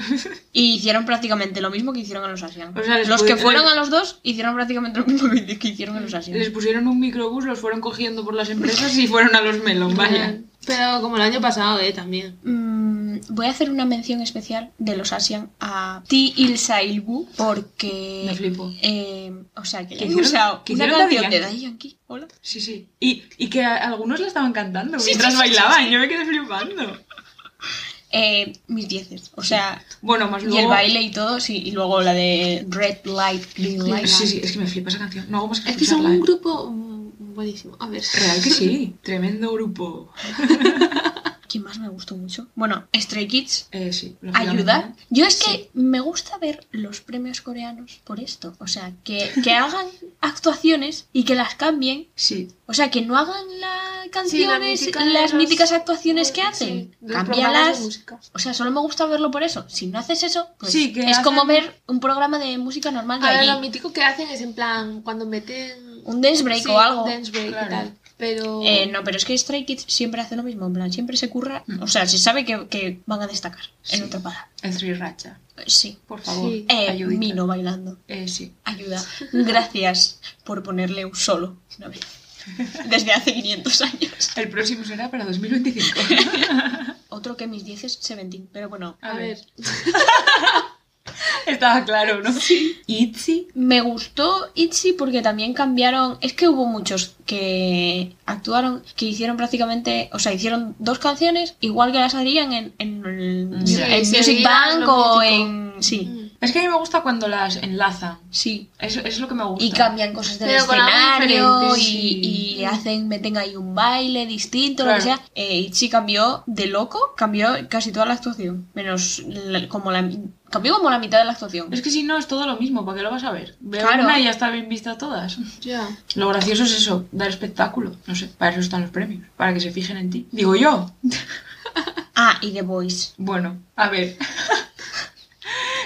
[SPEAKER 2] Y hicieron prácticamente lo mismo que hicieron a los Asian.
[SPEAKER 1] O sea, les
[SPEAKER 2] los que
[SPEAKER 1] pudi-
[SPEAKER 2] fueron a los dos hicieron prácticamente lo mismo que que hicieron a los Asian.
[SPEAKER 1] Les pusieron un microbús, los fueron cogiendo por las empresas y fueron a los melón, vaya.
[SPEAKER 3] Pero como el año pasado, eh, también.
[SPEAKER 2] Mm, voy a hacer una mención especial de los Asian a T. Ilsa Ilgu porque.
[SPEAKER 1] Me flipo.
[SPEAKER 2] eh, o sea, que
[SPEAKER 1] Que
[SPEAKER 2] le han
[SPEAKER 1] hicieron-
[SPEAKER 2] usado
[SPEAKER 1] que
[SPEAKER 2] una
[SPEAKER 1] hicieron
[SPEAKER 2] canción
[SPEAKER 1] Daddy
[SPEAKER 2] de Daddy Yankee. Hola.
[SPEAKER 1] Sí, sí. Y, y que a- algunos la estaban cantando
[SPEAKER 2] Sí,
[SPEAKER 1] mientras
[SPEAKER 2] sí, sí,
[SPEAKER 1] bailaban,
[SPEAKER 2] sí,
[SPEAKER 1] yo me quedé flipando.
[SPEAKER 2] Eh, mis dieces. O sea,
[SPEAKER 1] Bueno, más luego...
[SPEAKER 2] Y el baile y todo, sí. Y luego la de Red Light, Green Light.
[SPEAKER 1] Sí, sí, es que me flipa esa canción. No hago más que
[SPEAKER 3] Es que son
[SPEAKER 1] escucharla,
[SPEAKER 3] un
[SPEAKER 1] ¿eh?
[SPEAKER 3] grupo mm, buenísimo. A ver.
[SPEAKER 1] Real que sí. Tremendo grupo.
[SPEAKER 2] ¿Quién más me gustó mucho? Bueno, Stray Kids.
[SPEAKER 1] Eh, sí.
[SPEAKER 2] Ayuda.
[SPEAKER 1] lógicamente.
[SPEAKER 2] Yo es que
[SPEAKER 1] Sí.
[SPEAKER 2] me gusta ver los premios coreanos por esto. O sea, que, que hagan actuaciones y que las cambien.
[SPEAKER 1] Sí.
[SPEAKER 2] O sea, que no hagan las canciones,
[SPEAKER 3] mítica de
[SPEAKER 2] las
[SPEAKER 3] los-
[SPEAKER 2] míticas actuaciones que
[SPEAKER 3] Sí,
[SPEAKER 2] hacen.
[SPEAKER 3] de los programas de
[SPEAKER 2] Cámbialas.
[SPEAKER 3] música.
[SPEAKER 2] O sea, solo me gusta verlo por eso. Si no haces eso, pues
[SPEAKER 1] Sí, que
[SPEAKER 2] es como
[SPEAKER 1] hacen-
[SPEAKER 2] ver un programa de música normal de
[SPEAKER 3] Ahora
[SPEAKER 2] allí.
[SPEAKER 3] lo mítico que hacen es en plan cuando meten
[SPEAKER 2] Un dance break
[SPEAKER 3] Sí,
[SPEAKER 2] o algo.
[SPEAKER 3] Dance break y
[SPEAKER 1] Claro.
[SPEAKER 3] tal. pero...
[SPEAKER 2] Eh, no, pero es que Stray Kids siempre hace lo mismo, en plan, siempre se curra. O sea, se sabe que, que van a destacar
[SPEAKER 1] Sí.
[SPEAKER 2] en otra palabra.
[SPEAKER 1] Es Racha.
[SPEAKER 2] Eh, Sí.
[SPEAKER 1] Por favor,
[SPEAKER 3] Sí.
[SPEAKER 2] Eh,
[SPEAKER 1] ayudita.
[SPEAKER 2] Mino bailando.
[SPEAKER 1] Eh, sí.
[SPEAKER 2] Ayuda. Gracias por ponerle un solo una vez. Desde hace 500 años.
[SPEAKER 1] El próximo será para 2025.
[SPEAKER 2] Otro que mis 10 es Seventeen, pero bueno.
[SPEAKER 3] A ver,
[SPEAKER 1] Estaba claro, ¿no? Sí. Itzy.
[SPEAKER 2] Me gustó Itzy porque también cambiaron. Es que hubo muchos que actuaron, que hicieron prácticamente. O sea, hicieron dos canciones, igual que las harían en, en el-
[SPEAKER 1] Sí,
[SPEAKER 2] en
[SPEAKER 3] se
[SPEAKER 2] Music
[SPEAKER 3] veía
[SPEAKER 2] Bank
[SPEAKER 3] lo
[SPEAKER 2] o
[SPEAKER 3] mítico.
[SPEAKER 2] en. Sí,
[SPEAKER 3] mm,
[SPEAKER 1] Es que a mí me gusta cuando las enlazan.
[SPEAKER 2] sí.
[SPEAKER 1] Eso es lo que me gusta.
[SPEAKER 2] Y cambian cosas del
[SPEAKER 3] Pero con algo
[SPEAKER 2] escenario
[SPEAKER 3] diferente,
[SPEAKER 2] y,
[SPEAKER 1] sí.
[SPEAKER 2] y hacen, meten ahí un baile distinto, lo que
[SPEAKER 1] Claro.
[SPEAKER 2] sea. Eh, Itzy cambió de loco, cambió casi toda la actuación. Menos la- como la. Cambió como la mitad de la actuación.
[SPEAKER 1] Es que si no, es todo lo mismo, ¿para qué lo vas a ver? Veo
[SPEAKER 2] Claro.
[SPEAKER 1] una y ya está bien vista todas.
[SPEAKER 3] ya.
[SPEAKER 1] Lo gracioso es eso, dar espectáculo. No sé, para eso están los premios, para que se fijen en ti. Digo yo.
[SPEAKER 2] Ah, y The Voice.
[SPEAKER 1] Bueno, a ver.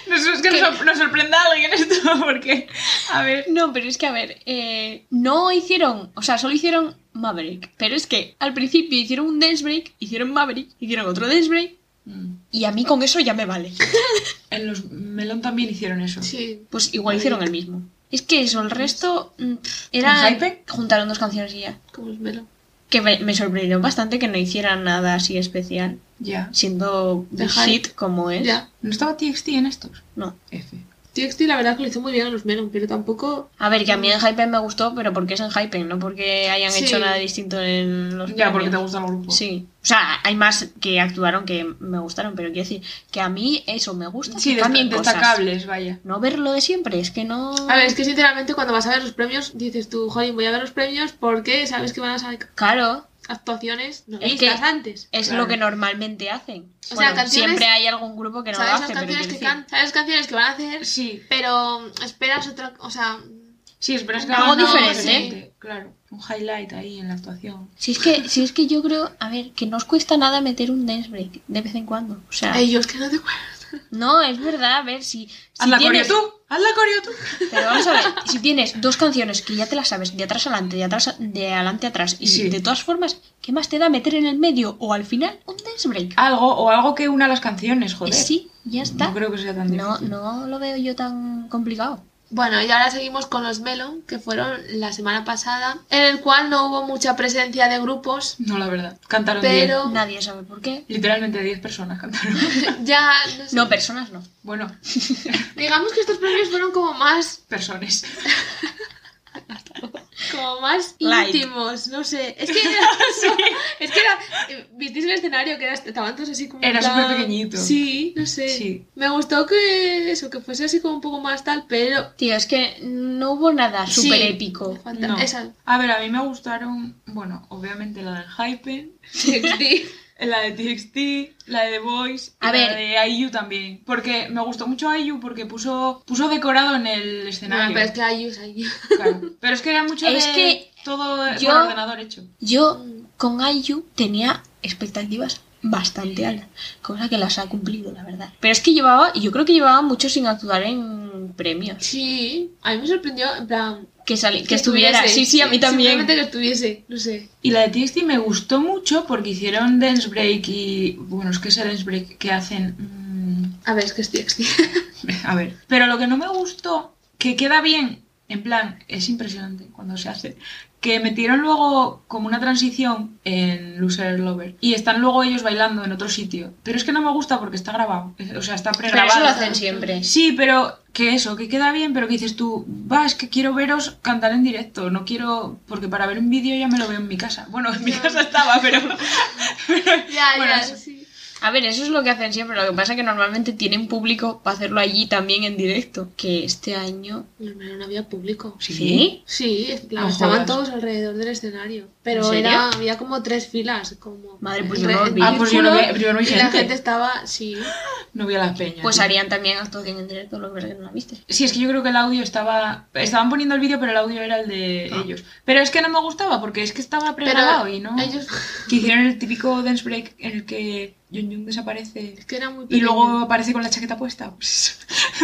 [SPEAKER 1] Nos, es que nos, sor- nos sorprenda a alguien esto, porque. A ver.
[SPEAKER 2] No, pero es que, a ver, eh, no hicieron, o sea, solo hicieron Maverick. Pero es que al principio hicieron un dance break, hicieron Maverick, hicieron otro dance break,
[SPEAKER 1] Mm.
[SPEAKER 2] y a mí con eso ya me vale.
[SPEAKER 1] En los Melón también hicieron eso.
[SPEAKER 3] Sí.
[SPEAKER 2] Pues igual hicieron el mismo. Es que eso, el resto mm, pff,
[SPEAKER 1] ¿Con
[SPEAKER 2] era...
[SPEAKER 1] hype?
[SPEAKER 2] Juntaron dos canciones y ya.
[SPEAKER 3] Como el melo.
[SPEAKER 2] Que me, me sorprendió bastante que no hicieran nada así especial,
[SPEAKER 1] Ya.
[SPEAKER 2] siendo
[SPEAKER 3] De
[SPEAKER 2] un
[SPEAKER 3] hype.
[SPEAKER 2] hit como es.
[SPEAKER 3] Ya.
[SPEAKER 1] ¿No estaba TXT en estos?
[SPEAKER 2] No.
[SPEAKER 1] F.
[SPEAKER 3] TXT la verdad que lo hizo muy bien en los Melon, pero tampoco...
[SPEAKER 2] A ver, que a mí en Hype me gustó, pero porque es en Hype, no porque hayan
[SPEAKER 3] Mm. Sí.
[SPEAKER 2] hecho nada distinto en los
[SPEAKER 1] Ya, porque
[SPEAKER 2] premios.
[SPEAKER 1] te gusta el grupo.
[SPEAKER 2] Sí, o sea, hay más que actuaron que me gustaron, pero quiero decir que a mí eso me gusta.
[SPEAKER 1] Sí,
[SPEAKER 2] que
[SPEAKER 1] dest-
[SPEAKER 2] cambien cosas.
[SPEAKER 1] destacables, vaya.
[SPEAKER 2] No ver lo de siempre, es que no.
[SPEAKER 3] A ver, es que sinceramente cuando vas a ver los premios dices tú, joder, voy a ver los premios porque sabes que van a salir
[SPEAKER 2] Claro,
[SPEAKER 3] actuaciones no
[SPEAKER 2] Es
[SPEAKER 3] vistas
[SPEAKER 2] que-
[SPEAKER 3] antes.
[SPEAKER 2] es
[SPEAKER 1] Claro.
[SPEAKER 2] lo que normalmente hacen.
[SPEAKER 3] O sea,
[SPEAKER 2] Bueno,
[SPEAKER 3] canciones-
[SPEAKER 2] siempre hay algún grupo que no lo
[SPEAKER 3] ¿Sabes
[SPEAKER 2] hace, pero
[SPEAKER 3] las canciones
[SPEAKER 2] quiero
[SPEAKER 3] que
[SPEAKER 2] decir,
[SPEAKER 3] can- sabes canciones que van a hacer?
[SPEAKER 1] Sí,
[SPEAKER 3] Pero esperas otra, o sea,
[SPEAKER 1] sí, pero es que
[SPEAKER 2] Algo
[SPEAKER 1] hagan
[SPEAKER 2] diferente.
[SPEAKER 1] Claro, un highlight ahí en la actuación.
[SPEAKER 2] Si es que, si es que yo creo, a ver, que no os cuesta nada meter un dance break de vez en cuando. O sea,
[SPEAKER 3] ellos que no te acuerdas.
[SPEAKER 2] no, es verdad, a ver, si, si
[SPEAKER 1] ¡Haz la
[SPEAKER 2] tienes-
[SPEAKER 1] coreo tú! ¡Haz la coreo tú!
[SPEAKER 2] Pero vamos a ver, si tienes dos canciones que ya te las sabes, de atrás adelante, de atrás de adelante atrás, y
[SPEAKER 1] Sí.
[SPEAKER 2] de todas formas, ¿qué más te da meter en el medio o al final un dance break?
[SPEAKER 1] Algo, o algo que una las canciones,
[SPEAKER 2] Eh,
[SPEAKER 1] Ah, joder.
[SPEAKER 2] sí, ya
[SPEAKER 1] No
[SPEAKER 2] está.
[SPEAKER 1] creo que sea tan
[SPEAKER 2] No,
[SPEAKER 1] difícil.
[SPEAKER 2] no lo veo yo tan complicado.
[SPEAKER 3] Bueno, y ahora seguimos con los Melon, que fueron la semana pasada, en el cual no hubo mucha presencia de grupos,
[SPEAKER 1] No, la verdad. Cantaron
[SPEAKER 3] Pero-
[SPEAKER 2] Nadie sabe por qué.
[SPEAKER 1] 10. Literalmente 10 personas cantaron.
[SPEAKER 3] ya no sé.
[SPEAKER 2] No, personas no.
[SPEAKER 1] bueno,
[SPEAKER 3] digamos que estos premios fueron como más
[SPEAKER 1] personas.
[SPEAKER 3] como más
[SPEAKER 2] Light.
[SPEAKER 3] íntimos, no sé. Es que era, es que era eh, visteis el escenario que era, estaban todos así como en
[SPEAKER 1] Era
[SPEAKER 3] plan-
[SPEAKER 1] súper pequeñito.
[SPEAKER 3] Sí, no sé.
[SPEAKER 1] Sí.
[SPEAKER 3] Me gustó que eso que fuese así como un poco más tal, pero
[SPEAKER 2] Tío, es que no hubo nada
[SPEAKER 3] Sí.
[SPEAKER 2] súper épico.
[SPEAKER 3] Fanta-
[SPEAKER 1] No.
[SPEAKER 3] esa
[SPEAKER 1] A ver, a mí me gustaron, bueno, obviamente la del Hypen,
[SPEAKER 3] TXT.
[SPEAKER 1] la de TXT, la de The Voice, y
[SPEAKER 2] A
[SPEAKER 1] la
[SPEAKER 2] ver.
[SPEAKER 1] de IU también. Porque me gustó mucho IU porque puso, puso decorado en el escenario.
[SPEAKER 3] No, pero es que hay us ahí.
[SPEAKER 1] Claro. Pero es que era mucho
[SPEAKER 2] Ah, pues. Es
[SPEAKER 1] de
[SPEAKER 2] que
[SPEAKER 1] todo el
[SPEAKER 2] yo-
[SPEAKER 1] ordenador hecho.
[SPEAKER 2] Yo con IU tenía expectativas bastante altas, cosa que las ha cumplido, la verdad. Pero es que llevaba, yo creo que llevaba mucho sin actuar en premios.
[SPEAKER 3] Sí, a mí me sorprendió en plan
[SPEAKER 2] Que, sali- que estuviera. Sí, sí, a mí también.
[SPEAKER 3] Simplemente que estuviese, no sé.
[SPEAKER 1] Y la de TXT me gustó mucho porque hicieron dance break y. Bueno, es que ese dance break que hacen. mm,
[SPEAKER 3] A ver, es que es TXT.
[SPEAKER 1] a ver. Pero lo que no me gustó, que queda bien, en plan, es impresionante cuando se hace. Que metieron luego como una transición en Loser Lover. Y están luego ellos bailando en otro sitio. Pero es que no me gusta porque está grabado. O sea, está
[SPEAKER 2] Pero eso lo
[SPEAKER 1] pregrabado.
[SPEAKER 2] hacen siempre.
[SPEAKER 1] Sí, pero que eso, que queda bien, pero que dices tú, va, es que quiero veros cantar en directo, no quiero, porque para ver un vídeo ya me lo veo en mi casa. Bueno, en mi
[SPEAKER 3] Ya.
[SPEAKER 1] casa estaba, pero... pero-
[SPEAKER 3] ya,
[SPEAKER 1] bueno,
[SPEAKER 3] ya,
[SPEAKER 1] eso.
[SPEAKER 3] sí.
[SPEAKER 2] A ver, eso es lo que hacen siempre. Lo que pasa es que normalmente tienen público para hacerlo allí también en directo. Que este año.
[SPEAKER 3] No, no, no había público.
[SPEAKER 1] Sí.
[SPEAKER 3] Sí, en plan,
[SPEAKER 1] No
[SPEAKER 3] estaban
[SPEAKER 1] jodas.
[SPEAKER 3] todos alrededor del escenario. Pero
[SPEAKER 2] serio?
[SPEAKER 3] era, había como tres filas, como
[SPEAKER 2] Madre, pues
[SPEAKER 3] en
[SPEAKER 2] yo no
[SPEAKER 3] en
[SPEAKER 2] vi.
[SPEAKER 1] Ah, pues yo no
[SPEAKER 3] círculo,
[SPEAKER 1] vi- yo no vi
[SPEAKER 3] y la
[SPEAKER 1] gente.
[SPEAKER 3] gente estaba, sí.
[SPEAKER 1] No vi a las peñas.
[SPEAKER 2] Pues
[SPEAKER 1] tío.
[SPEAKER 2] harían también actuación en directo, lo que pasa es que no la viste.
[SPEAKER 1] Sí, es que yo creo que el audio estaba... Estaban poniendo el vídeo, pero el audio era el de
[SPEAKER 2] Ah.
[SPEAKER 1] ellos. Pero es que no me gustaba, porque es que estaba pregrabado y no...
[SPEAKER 3] ellos
[SPEAKER 1] Que hicieron el típico dance break en el que Jun Jun desaparece
[SPEAKER 3] es que eran muy
[SPEAKER 1] y
[SPEAKER 3] pequeños.
[SPEAKER 1] luego aparece con la chaqueta puesta. Pues,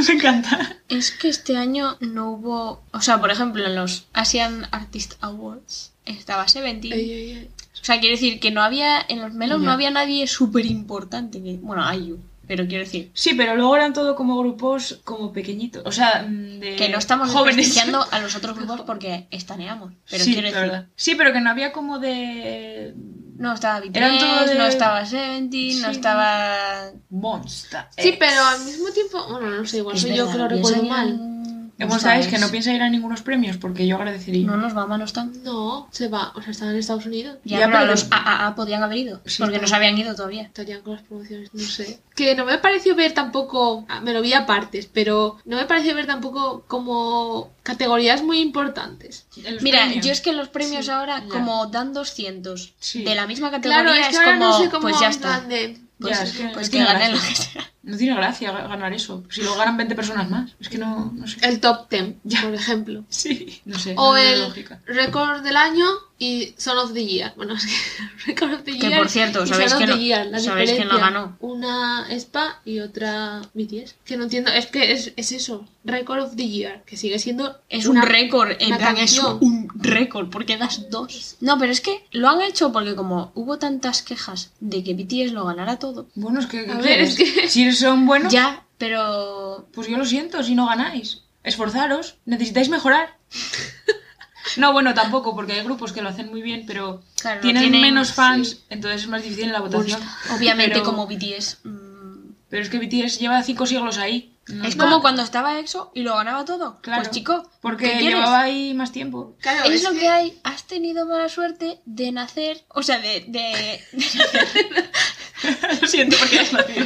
[SPEAKER 1] me encanta.
[SPEAKER 2] Es que este año no hubo. O sea, por ejemplo, en los Asian Artist Awards. estaba Seventeen.
[SPEAKER 3] Ey, ey, ey.
[SPEAKER 2] O sea, quiero decir que no había, en los Melos no
[SPEAKER 1] Ya.
[SPEAKER 2] había nadie súper importante. que- Bueno, hay un, pero quiero decir
[SPEAKER 1] Sí, pero luego eran todo como grupos como pequeñitos. O sea, mm, de
[SPEAKER 2] que no estamos
[SPEAKER 1] jóvenes.
[SPEAKER 2] desprestigiando a los otros grupos porque estaneamos. Pero
[SPEAKER 1] sí,
[SPEAKER 2] quiero
[SPEAKER 1] la
[SPEAKER 2] decir,
[SPEAKER 1] verdad. Sí, pero que no había como de.
[SPEAKER 2] no estaba BTS,
[SPEAKER 1] Eran todo de-
[SPEAKER 2] no estaba Seventeen, no
[SPEAKER 1] Sí.
[SPEAKER 2] estaba...
[SPEAKER 1] Monster.
[SPEAKER 3] Sí,
[SPEAKER 1] X.
[SPEAKER 3] pero al mismo tiempo, bueno, no sé, igual
[SPEAKER 2] Es
[SPEAKER 1] Pues
[SPEAKER 3] soy yo
[SPEAKER 2] verdad,
[SPEAKER 3] que
[SPEAKER 2] y
[SPEAKER 3] lo recuerdo
[SPEAKER 2] esa
[SPEAKER 3] mal.
[SPEAKER 2] eran-
[SPEAKER 1] Eh,
[SPEAKER 2] no
[SPEAKER 1] Bueno, sabéis que
[SPEAKER 2] estaba
[SPEAKER 1] no piensa ir a ningunos premios porque yo agradecería.
[SPEAKER 2] No nos va no están.
[SPEAKER 3] No, se va, o sea, estaba en Estados Unidos.
[SPEAKER 2] Ya,
[SPEAKER 1] Ya,
[SPEAKER 2] pero,
[SPEAKER 1] pero-
[SPEAKER 2] los AAA podían haber ido,
[SPEAKER 1] Sí,
[SPEAKER 2] porque
[SPEAKER 1] claro.
[SPEAKER 2] no se habían ido todavía.
[SPEAKER 3] Estarían con las promociones, no sé. Que no me pareció ver tampoco, ah, me lo vi a partes, pero no me pareció ver tampoco como categorías muy importantes.
[SPEAKER 1] En los
[SPEAKER 2] Mira,
[SPEAKER 1] premios.
[SPEAKER 2] yo es que los premios
[SPEAKER 3] Sí,
[SPEAKER 2] ahora
[SPEAKER 1] ya.
[SPEAKER 2] como dan 200
[SPEAKER 1] Sí.
[SPEAKER 2] de la misma categoría
[SPEAKER 3] Claro, es
[SPEAKER 2] es,
[SPEAKER 3] que ahora
[SPEAKER 2] como,
[SPEAKER 3] no sé cómo
[SPEAKER 2] pues ya
[SPEAKER 3] es
[SPEAKER 2] está.
[SPEAKER 3] grande.
[SPEAKER 2] Pues,
[SPEAKER 1] Ya, es que
[SPEAKER 2] pues
[SPEAKER 1] no
[SPEAKER 2] que
[SPEAKER 1] tiene
[SPEAKER 2] ganen lo
[SPEAKER 1] gracia.
[SPEAKER 2] que sea.
[SPEAKER 1] No tiene gracia ga- ganar eso. Si lo ganan 20 personas más. Es que no, no sé.
[SPEAKER 3] El top 10,
[SPEAKER 1] Ya.
[SPEAKER 3] por ejemplo.
[SPEAKER 1] Sí. No sé.
[SPEAKER 3] O
[SPEAKER 1] no tiene
[SPEAKER 3] el
[SPEAKER 1] lógica.
[SPEAKER 3] récord del año y Son of the Year. Bueno, es que Record of the
[SPEAKER 2] Que
[SPEAKER 3] Year.
[SPEAKER 2] por cierto,
[SPEAKER 3] y
[SPEAKER 2] ¿sabéis
[SPEAKER 3] Son of
[SPEAKER 2] que
[SPEAKER 3] the
[SPEAKER 2] no,
[SPEAKER 3] Year, la
[SPEAKER 2] ¿sabéis quién lo
[SPEAKER 3] diferencia.
[SPEAKER 2] ganó?
[SPEAKER 3] Una SPA y otra BTS. Que no entiendo, es que es, es eso, Record of the Year, que sigue siendo
[SPEAKER 2] Es
[SPEAKER 3] una-
[SPEAKER 2] un récord, en
[SPEAKER 3] una
[SPEAKER 2] plan es
[SPEAKER 3] canción.
[SPEAKER 2] un récord, porque das dos. No, pero es que lo han hecho porque como hubo tantas quejas de que BTS lo ganara todo,
[SPEAKER 1] Bueno, es que. ¿qué
[SPEAKER 3] A ver,
[SPEAKER 1] quieres?
[SPEAKER 3] es que-
[SPEAKER 1] Si son buenos,
[SPEAKER 2] ya, pero...
[SPEAKER 1] pues yo lo siento si no ganáis. Esforzaros. Necesitáis mejorar. No, bueno, tampoco, porque hay grupos que lo hacen muy bien, pero
[SPEAKER 2] Claro, no
[SPEAKER 1] tienen,
[SPEAKER 2] tienen-
[SPEAKER 1] menos fans,
[SPEAKER 2] sí. Pues
[SPEAKER 1] entonces es más difícil en la votación.
[SPEAKER 2] Obviamente
[SPEAKER 1] Pero-
[SPEAKER 2] como BTS... mm,
[SPEAKER 1] Pero es que BTS lleva cinco siglos ahí. No,
[SPEAKER 2] Es
[SPEAKER 1] no.
[SPEAKER 2] como cuando estaba EXO y lo ganaba todo.
[SPEAKER 1] Claro.
[SPEAKER 2] Pues chico, ¿qué
[SPEAKER 1] Porque
[SPEAKER 2] quieres?
[SPEAKER 1] llevaba ahí más tiempo.
[SPEAKER 3] Claro,
[SPEAKER 2] Es lo que... hay. Has tenido mala suerte de nacer, o sea, de, de,
[SPEAKER 1] lo siento porque es nacido.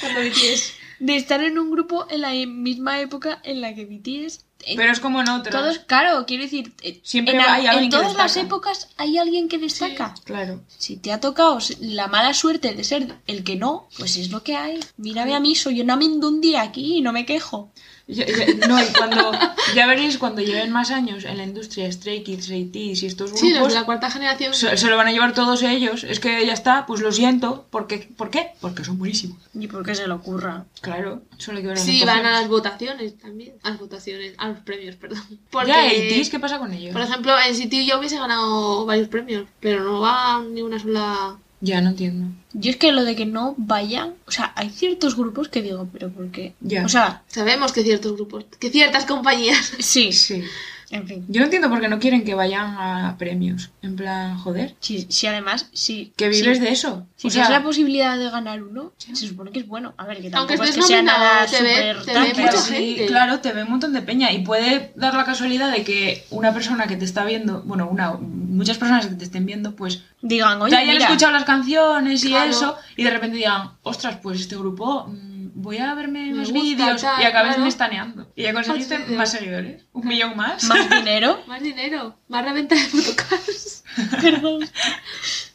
[SPEAKER 3] cuando BTS.
[SPEAKER 2] de estar en un grupo en la misma época en la que BTS. eh,
[SPEAKER 1] Pero es como en otros.
[SPEAKER 2] todos, claro, quiero decir, eh,
[SPEAKER 1] Siempre
[SPEAKER 2] en,
[SPEAKER 1] hay
[SPEAKER 2] en
[SPEAKER 1] alguien que
[SPEAKER 2] todas las
[SPEAKER 1] destaca.
[SPEAKER 2] épocas hay alguien que destaca.
[SPEAKER 1] Claro.
[SPEAKER 2] Si te ha tocado la mala suerte de ser el que no, pues es lo que hay. Mírame a mí, soy una mendundia aquí y no me quejo.
[SPEAKER 1] Ya- ya- no, y cuando. Ya veréis, cuando lleven más años en la industria, Stray Kids, ATs y estos
[SPEAKER 3] Sí, los
[SPEAKER 1] grupos.
[SPEAKER 3] de la cuarta generación.
[SPEAKER 1] se, se lo van a llevar todos ellos. Es que ya está, pues lo siento. Porque, ¿Por qué? Porque son buenísimos.
[SPEAKER 2] Ni porque se le ocurra.
[SPEAKER 1] Claro, solo hay que ver las
[SPEAKER 3] Sí, van
[SPEAKER 1] votaciones.
[SPEAKER 3] a las votaciones también. A las votaciones, a los premios, perdón. Porque,
[SPEAKER 1] Ya, ATs, ¿qué pasa con ellos?
[SPEAKER 3] por ejemplo, en City yo hubiese ganado varios premios, pero no va ni una sola.
[SPEAKER 1] Ya, no entiendo.
[SPEAKER 2] Yo es que lo de que no vayan, o sea, hay ciertos grupos que digo, pero ¿por qué?
[SPEAKER 1] Ya.
[SPEAKER 2] O sea,
[SPEAKER 3] Sabemos que ciertos grupos, que ciertas compañías.
[SPEAKER 2] sí,
[SPEAKER 1] Sí.
[SPEAKER 2] en fin.
[SPEAKER 1] Yo no entiendo por qué no quieren que vayan a premios. En plan, joder.
[SPEAKER 2] Sí, sí, además, sí.
[SPEAKER 1] Que vives
[SPEAKER 2] sí.
[SPEAKER 1] de eso.
[SPEAKER 2] Si
[SPEAKER 1] o sea,
[SPEAKER 2] tienes la posibilidad de ganar uno,
[SPEAKER 1] Sí.
[SPEAKER 2] se supone que es bueno. A ver, que
[SPEAKER 3] Aunque
[SPEAKER 2] tampoco es que
[SPEAKER 3] estés
[SPEAKER 2] sea
[SPEAKER 3] nominado,
[SPEAKER 2] nada
[SPEAKER 3] te ve-
[SPEAKER 2] súper
[SPEAKER 3] te ve
[SPEAKER 2] tal, pero
[SPEAKER 3] mucha
[SPEAKER 2] sí.
[SPEAKER 1] Sí,
[SPEAKER 3] gente.
[SPEAKER 1] claro, te ve un montón de peña y puede dar la casualidad de que una persona que te está viendo, bueno, una, muchas personas que te estén viendo, pues
[SPEAKER 2] digan,
[SPEAKER 1] te
[SPEAKER 2] oye,
[SPEAKER 1] hayan
[SPEAKER 2] mira,
[SPEAKER 1] escuchado las canciones y
[SPEAKER 3] Claro.
[SPEAKER 1] eso, y de repente digan, ostras, pues este grupo, mm, voy a verme
[SPEAKER 3] Me
[SPEAKER 1] los
[SPEAKER 3] gusta,
[SPEAKER 1] vídeos
[SPEAKER 3] tal,
[SPEAKER 1] y acabes
[SPEAKER 3] claro.
[SPEAKER 1] estaneando. Y ya conseguiste
[SPEAKER 3] Más vídeos.
[SPEAKER 1] más seguidores, un millón más.
[SPEAKER 2] más dinero.
[SPEAKER 3] Más dinero, más reventa de fotocars.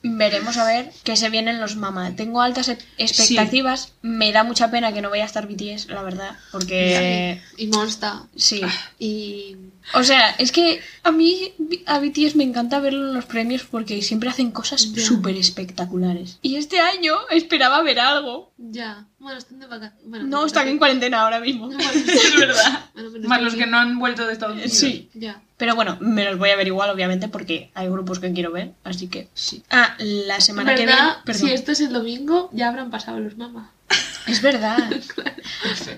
[SPEAKER 2] Veremos a ver qué se vienen los mamá. Tengo altas e- expectativas. Me da mucha pena que no vaya a estar BTS, la verdad, porque
[SPEAKER 3] Y Monsta.
[SPEAKER 2] sí.
[SPEAKER 3] Ah. Y.
[SPEAKER 2] O sea, es que a mí a BTS me encanta verlo en los premios porque siempre hacen cosas
[SPEAKER 3] Ya.
[SPEAKER 2] súper espectaculares. Y este año esperaba ver algo.
[SPEAKER 3] Ya. Bueno, están de vacaciones. Bueno,
[SPEAKER 2] No, están en cuarentena ahora mismo.
[SPEAKER 3] Ah.
[SPEAKER 1] es verdad.
[SPEAKER 3] cuarentena.
[SPEAKER 1] Más los que no han vuelto de Estados Unidos.
[SPEAKER 2] Sí.
[SPEAKER 3] Ya.
[SPEAKER 2] Pero bueno, me los voy a ver igual, obviamente, porque hay grupos que quiero ver, así que...
[SPEAKER 1] Sí.
[SPEAKER 2] Ah, la
[SPEAKER 3] En
[SPEAKER 2] semana
[SPEAKER 3] verdad,
[SPEAKER 2] que viene...
[SPEAKER 3] si
[SPEAKER 2] perdón.
[SPEAKER 3] esto es el domingo, ya habrán pasado los mamás.
[SPEAKER 2] Es verdad.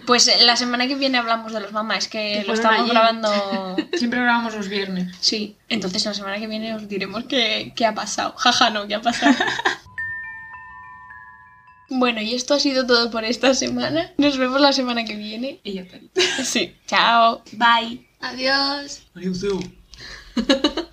[SPEAKER 2] Pues eh, la semana que viene hablamos de los mamás, es que
[SPEAKER 3] Que
[SPEAKER 2] lo
[SPEAKER 3] fueron
[SPEAKER 2] estamos
[SPEAKER 3] ayer.
[SPEAKER 2] grabando.
[SPEAKER 1] Siempre grabamos los viernes.
[SPEAKER 2] Sí, entonces la semana que viene os diremos qué, qué ha pasado. Jaja, no, qué ha pasado. Bueno, y esto ha sido todo por esta semana. Nos vemos la semana que viene.
[SPEAKER 1] Y ya está.
[SPEAKER 2] Sí, chao.
[SPEAKER 1] Bye.
[SPEAKER 3] Adiós.
[SPEAKER 1] Adiós.